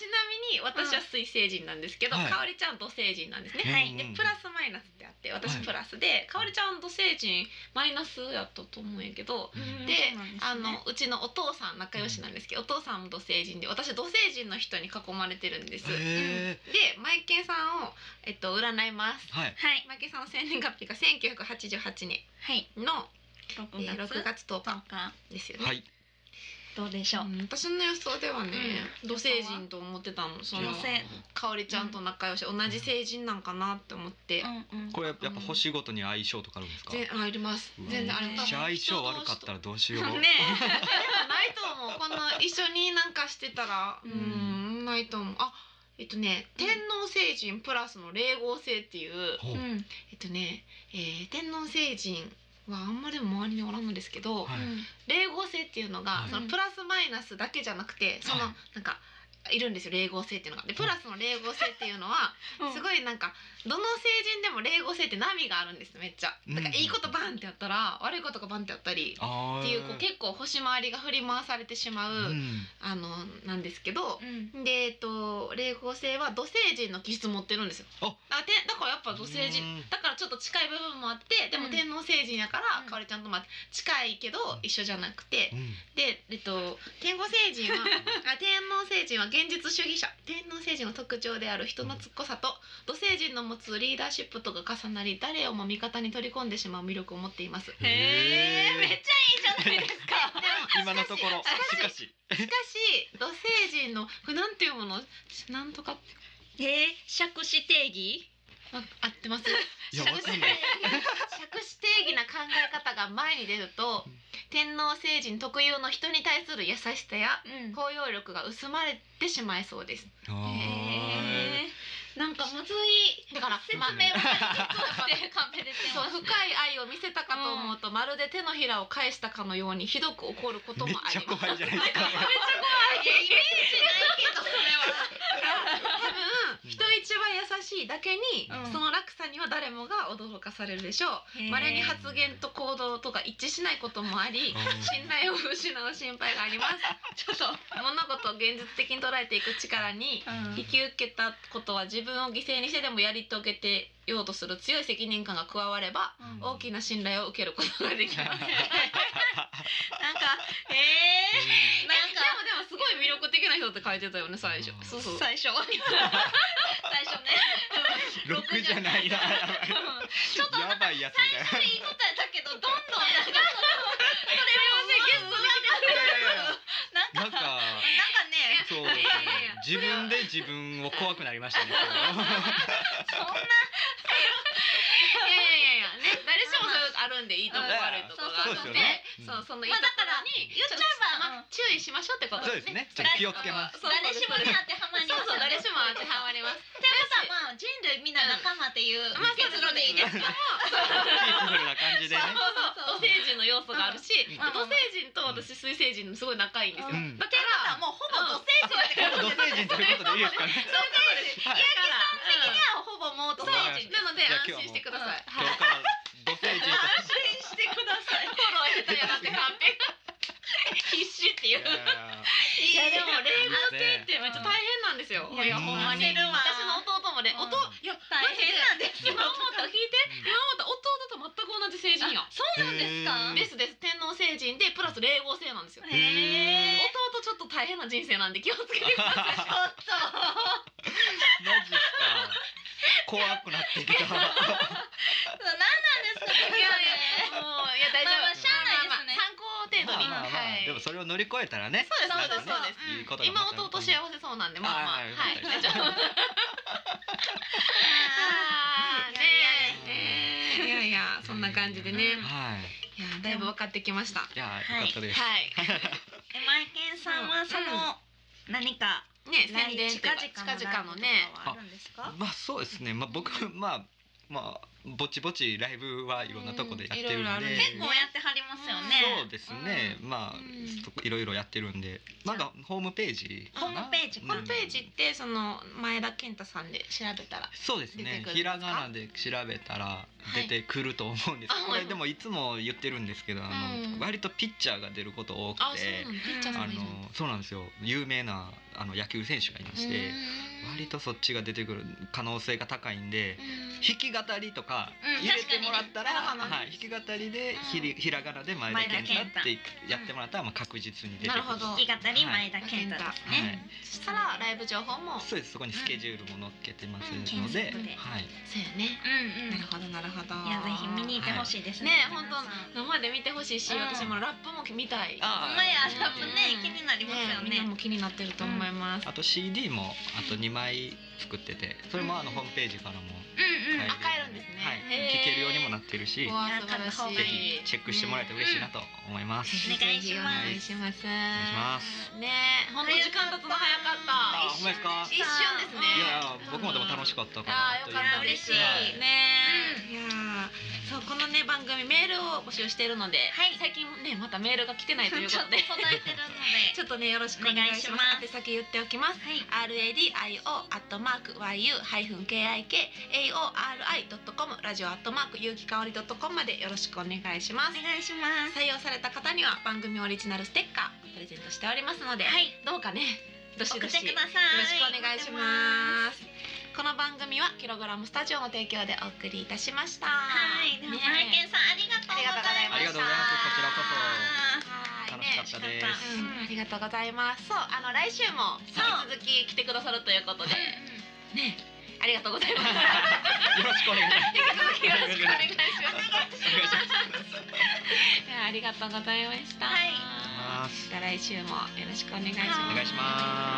Speaker 2: みに私は水星人なんですけど、
Speaker 3: はい
Speaker 2: かおりちゃん土星人なんですね、
Speaker 1: はい
Speaker 3: うん
Speaker 2: でプラスマイナスってあって私
Speaker 3: はい
Speaker 2: プラスで、かおりちゃん土星人マイナスやったと思うんやけど
Speaker 1: うん
Speaker 2: で
Speaker 1: そうなんですね
Speaker 2: あのうちのお父さん仲良しなんですけど、お父さんも土星人で私土星人の人に囲まれてるんです、
Speaker 3: へえ
Speaker 2: でマイケンさんを、えっと、占います
Speaker 3: はい。
Speaker 1: はい
Speaker 2: マイケンさんの生年月日が1988年
Speaker 1: はい
Speaker 2: の、え
Speaker 1: 6
Speaker 2: ー
Speaker 1: 月
Speaker 2: 6月10
Speaker 1: 10
Speaker 2: 日
Speaker 1: 日
Speaker 2: ですよね、
Speaker 3: はい。
Speaker 1: どうでしょう
Speaker 2: うん私の予想ではね、土星人と思ってたのその
Speaker 1: 女性
Speaker 2: かおりちゃんと仲良し、同じ成人なんかなって思って、
Speaker 1: うんうん
Speaker 3: これやっぱ星ごとに相性とかあるんですか。
Speaker 2: 全あります
Speaker 3: うわ
Speaker 2: 全然あれ
Speaker 1: め
Speaker 3: じゃあ相性悪かったらどうしよう。
Speaker 2: ねえ でもないと思うこんな一緒になんかしてたらうんんないと思うあえっとね天王星人プラスの霊合星っていう、
Speaker 3: ほう
Speaker 1: うんうん
Speaker 2: えっとね、えー天王星人はあんまでも周りにおらんのですけど、
Speaker 3: はい
Speaker 2: 霊合星っていうのが、
Speaker 3: はい
Speaker 2: そのプラスマイナスだけじゃなくてその、
Speaker 3: は
Speaker 2: なんかいるんですよ霊合星っていうのが。でプラスの霊合星っていうのは
Speaker 1: うん
Speaker 2: すごいなんかどの成人でも霊合性って波があるんですめっちゃだから
Speaker 3: うん
Speaker 2: いいことバンってやったら悪いことがバンってやったり
Speaker 3: ああ。
Speaker 2: っていうこう結構星回りが振り回されてしまう、
Speaker 3: うん
Speaker 2: あのなんですけど
Speaker 1: うん
Speaker 2: でえっと霊合性は土星人の気質持ってるんですよ
Speaker 3: あ
Speaker 2: だからてだからやっぱ土星人
Speaker 3: うん
Speaker 2: だからちょっと近い部分もあってで
Speaker 1: う
Speaker 2: も
Speaker 1: ん
Speaker 2: 天王星人やか
Speaker 1: う
Speaker 2: ら
Speaker 1: ん
Speaker 2: かおりちゃんとまあ近いけど一緒じゃなくて
Speaker 3: うん。
Speaker 2: で、えっと、天皇星 人はあ天皇星人は現実主義者天皇星人の特徴である人のつっこさと土星人の持つリーダーシップとが重なり誰をも味方に取り込んでしまう魅力を持ってい ます。
Speaker 3: へえ
Speaker 1: めっちゃいいじゃないです か
Speaker 3: 今のところしかし。
Speaker 2: しかし土星人のこれなんていうものなんとか
Speaker 1: えー、尺子定義
Speaker 2: あ合ってます
Speaker 3: いや
Speaker 2: 釈
Speaker 3: わかん
Speaker 2: 子
Speaker 3: ない。
Speaker 2: 釈子定義な考え方が前に出ると
Speaker 3: うん
Speaker 2: 天皇星人特有の人に対する優しさや
Speaker 1: うん
Speaker 2: 包容力が薄まれてしまいそうです。
Speaker 3: あー
Speaker 1: えー、なんかむずい
Speaker 2: だから
Speaker 1: 説明
Speaker 2: まあ
Speaker 1: が
Speaker 2: 完璧ですそう深い愛を見せたかと思うと、まるで手のひらを返したかのようにひどく怒ることも
Speaker 3: めっ
Speaker 2: あり
Speaker 3: ちゃ
Speaker 2: ます
Speaker 3: 怖いじゃないですか。
Speaker 1: いやイメージないけどそれは
Speaker 2: 多分人一倍優しいだけに、
Speaker 1: うん
Speaker 2: その落差には誰もが驚かされるでしょうまれに発言と行動とが一致しないこともあり信頼を失う心配がありますちょっと物事を現実的に捉えていく力に引き受けたことは自分を犠牲にしてでもやり遂げてようとする強い責任感が加われば
Speaker 1: うん
Speaker 2: 大きな信頼を受けることができ ます。
Speaker 1: なんかえ
Speaker 3: う
Speaker 1: ー、なんか
Speaker 2: でもでもすごい魅力的な人って書いてたよね最初
Speaker 3: う。ん
Speaker 2: そうそう。
Speaker 1: 最初最初ね
Speaker 3: ん六じゃないな。
Speaker 1: ちょっと
Speaker 3: やばいやつみたいな。
Speaker 1: いいことやったけどどんどんなんかそれ
Speaker 2: ゲス
Speaker 1: を
Speaker 2: トで
Speaker 3: いやいやいや
Speaker 1: なんか
Speaker 3: なん
Speaker 1: なん
Speaker 3: か
Speaker 1: かね
Speaker 3: そう
Speaker 2: いやいやいや
Speaker 3: 自分で自分を怖くなりましたね。
Speaker 1: そんない
Speaker 2: やいやいやね誰しもそういうのあるんでいいとこ
Speaker 1: うん
Speaker 2: 悪いとこがある
Speaker 1: そうそうそう
Speaker 2: の
Speaker 1: ね
Speaker 2: で、
Speaker 3: う
Speaker 2: そ
Speaker 3: ん
Speaker 2: うそのいいところに
Speaker 1: 言っちゃえば
Speaker 2: まあ注意しましょうってこと
Speaker 3: そうですね。ちょっと気をつけます。
Speaker 2: そうそう
Speaker 1: 誰しもに当てはまり
Speaker 2: そうそう誰しも当ては
Speaker 1: まり
Speaker 2: まります。
Speaker 1: ってことはまあ人類みんな仲間っていう
Speaker 2: まあそう
Speaker 1: 結論でいいですか
Speaker 3: ピースフルな感じでね。
Speaker 2: そうそう土星人の要素があるし、
Speaker 3: ん
Speaker 2: 土星人と私水星人すごい仲いいんですよ。
Speaker 3: うん
Speaker 2: だか
Speaker 1: あなたは
Speaker 2: ら
Speaker 1: もうほぼ土星人ってこと
Speaker 3: 土星人ということでいいですかね。
Speaker 2: だ
Speaker 3: はい。
Speaker 1: じ
Speaker 2: から
Speaker 1: ゃあほぼもう土
Speaker 2: そう
Speaker 1: 星
Speaker 3: わか
Speaker 1: 人
Speaker 3: りまし
Speaker 2: なので
Speaker 3: じゃあ
Speaker 2: 安
Speaker 3: 今日はも
Speaker 2: 心
Speaker 3: う
Speaker 2: してください。
Speaker 3: 今
Speaker 2: はい。
Speaker 3: 日から土星人と。
Speaker 1: 安心してください
Speaker 2: フォロー下手やなってカンペが必死って
Speaker 3: い
Speaker 2: いう。
Speaker 3: や
Speaker 2: いやでも霊安定ってめっちゃ大変なんですよ。
Speaker 1: い
Speaker 2: い
Speaker 1: や
Speaker 2: やほんま
Speaker 1: 焦
Speaker 2: に。
Speaker 1: るわ
Speaker 2: 私の弟もね、
Speaker 1: うん
Speaker 2: 弟いや
Speaker 1: 大変なんです
Speaker 2: 今
Speaker 1: よ
Speaker 2: 思った聞いて、今思った弟と全く同じ成人や。
Speaker 1: そうなんですか
Speaker 3: うん
Speaker 2: ですです天皇成人でプラス霊合成なんですよ。
Speaker 1: へえ
Speaker 2: 弟ちょっと大変な人生なんで気をつけてください。
Speaker 1: ちょっと
Speaker 3: マジか。怖くなってきた。
Speaker 1: 何なんですか
Speaker 2: いや
Speaker 1: ね
Speaker 2: いやもういや大丈夫。
Speaker 1: まあまあしゃあないですね
Speaker 2: まあまあ参考程度に。
Speaker 3: まあまあまあ
Speaker 2: はい
Speaker 3: でもそれを乗乗り越えたらね
Speaker 2: そうですそう
Speaker 3: まだ
Speaker 2: です
Speaker 3: ね
Speaker 2: そうです
Speaker 3: いいことが
Speaker 2: 今
Speaker 3: また
Speaker 2: 弟幸せそうなんでまあまあ
Speaker 3: あー
Speaker 2: はい
Speaker 3: よ
Speaker 2: 大
Speaker 3: かっ
Speaker 2: 丈
Speaker 3: た
Speaker 2: 夫あーねえねえいやいやそんな感じで
Speaker 1: うん
Speaker 2: ね
Speaker 3: はい
Speaker 2: いやだいぶ分かってきましたはい
Speaker 3: やーよかったです、
Speaker 2: い
Speaker 1: えマイケンさんはその何か
Speaker 2: ね
Speaker 1: 来
Speaker 2: 宣伝
Speaker 1: 近
Speaker 2: というか
Speaker 1: 々
Speaker 2: 近々の
Speaker 1: の
Speaker 2: ね
Speaker 1: ねあるんですか？
Speaker 3: まあそうですね、まあ、僕まあまあぼちぼちライブはいろんなとこでやってる
Speaker 2: うんいろいろあ
Speaker 3: ん
Speaker 2: る
Speaker 3: で、
Speaker 2: ね
Speaker 1: 結構やってはりますよ
Speaker 3: そ
Speaker 1: ね
Speaker 3: う。ですね、まあ
Speaker 2: うん
Speaker 3: ちょっといろいろやってるんでなんかホームページか
Speaker 1: ホー
Speaker 3: な
Speaker 1: ムページ
Speaker 3: う
Speaker 1: か
Speaker 3: ん
Speaker 2: ホームページってその前田健太さんで調べたら
Speaker 3: そうです
Speaker 2: 出てくる
Speaker 3: ね
Speaker 2: んですか
Speaker 3: ひらがなで調べたら出てくると思うんです、
Speaker 2: はいあ
Speaker 3: これでもいつも言ってるんですけどあの、
Speaker 2: うん
Speaker 3: 割とピッチャーが出ること多く
Speaker 2: あそうなん
Speaker 3: て
Speaker 2: だピッチャー
Speaker 1: な
Speaker 2: さ
Speaker 3: あ
Speaker 2: んがいるんだ
Speaker 3: のそうなんですよ有名なあの野球選手がいまして割とそっちが出てくる可能性が高いんで弾き語りとか
Speaker 1: うん
Speaker 3: 入れてもらったら、
Speaker 2: 確かにね
Speaker 3: はい、弾き語りでひりひらがなで前田健太ってやってもらったら、まあ、確実に出て
Speaker 2: な
Speaker 3: くる
Speaker 2: るほど
Speaker 1: 弾き語り前田健太です
Speaker 3: は
Speaker 1: ね。
Speaker 3: い
Speaker 2: そしたらライブ情報もそ
Speaker 3: そうですそこにスケジュールも載っけてます
Speaker 1: うん
Speaker 3: ので、
Speaker 1: 検索で
Speaker 3: は
Speaker 2: う
Speaker 3: い、
Speaker 2: よね
Speaker 1: うんうん。
Speaker 2: なるほどなるほど
Speaker 1: いやぜひ見に行ってほしいです
Speaker 2: ね
Speaker 1: ね。
Speaker 2: 本
Speaker 1: 皆さん
Speaker 2: 当生で見てほしいし
Speaker 1: うん
Speaker 2: 私もラップも見たい
Speaker 3: あ
Speaker 1: ほんまや
Speaker 3: うん
Speaker 1: ラップね気になりますよ
Speaker 2: みんな
Speaker 1: ね
Speaker 2: も。気になってると思います
Speaker 3: あと CD もあと2枚作っててそれもあのホームページからも
Speaker 1: うんうん。
Speaker 3: 買
Speaker 2: あ買えるんですね
Speaker 3: はい
Speaker 2: へー
Speaker 3: 聴けるようにもなってるしぜ
Speaker 2: うわ
Speaker 1: いや
Speaker 2: 素晴らし
Speaker 1: 買った方
Speaker 2: い
Speaker 1: がい
Speaker 3: ひチェックしてもらえたら嬉しいなと思います、
Speaker 1: お願いします
Speaker 2: お願いします。
Speaker 3: いします
Speaker 2: ねえ、本当時間経つの早か
Speaker 3: あ
Speaker 2: っ
Speaker 3: ほんまですか
Speaker 2: た。一瞬です
Speaker 3: い
Speaker 2: ね。
Speaker 3: や僕もでも楽しかったか
Speaker 2: あ
Speaker 3: な
Speaker 2: あ、よ
Speaker 3: という
Speaker 2: かった、嬉しい。
Speaker 3: はい
Speaker 2: ねえ、いやー、そう、このね、番組メールを募集しているので、
Speaker 1: はい
Speaker 2: 最近ね、またメールが来てない
Speaker 1: ち ょ
Speaker 2: と
Speaker 1: っ
Speaker 2: いう
Speaker 1: と
Speaker 2: こと
Speaker 1: 届
Speaker 2: で
Speaker 1: い。てるので。
Speaker 2: ちょっとね、よろしくお願いし
Speaker 1: お
Speaker 2: ま
Speaker 1: 願いします
Speaker 2: す。宛先言っておきます。
Speaker 1: はい。
Speaker 2: R. A. D. I. O. アットマーク Y. U. ハイフン K. I. K. A. O. R. I. ドットコム。ラジオアットマーク有機香りドットコムまでよろしくお願いします
Speaker 1: お。願いします。
Speaker 2: 採用された方には番組オリジナルステッカーをプレゼントしておりますので、
Speaker 1: はい。
Speaker 2: どうかねどし
Speaker 1: 送
Speaker 2: ど
Speaker 1: っ
Speaker 2: しよ
Speaker 1: て
Speaker 2: ろし
Speaker 1: く
Speaker 2: く
Speaker 1: ださい。
Speaker 2: お願いしますこの番組はキログラムスタジオの提供でお送りいたしました
Speaker 1: はい。でも、
Speaker 2: ね
Speaker 1: マイケンさん、ありがとうございました。
Speaker 2: ありがとうございましたありがとうございますこちらこはい
Speaker 3: 楽しかったです、
Speaker 1: 楽しかっ
Speaker 2: ねうんありがとうございますそうあの来週も引き続き来てくださるということでねありがとうございます
Speaker 3: よろしくお願いします
Speaker 2: 引き続きよろしくお願いします
Speaker 3: お願いし
Speaker 2: いやありがとうございました
Speaker 1: はい
Speaker 3: ます
Speaker 2: また来週もよろしくお願いします
Speaker 3: お願いします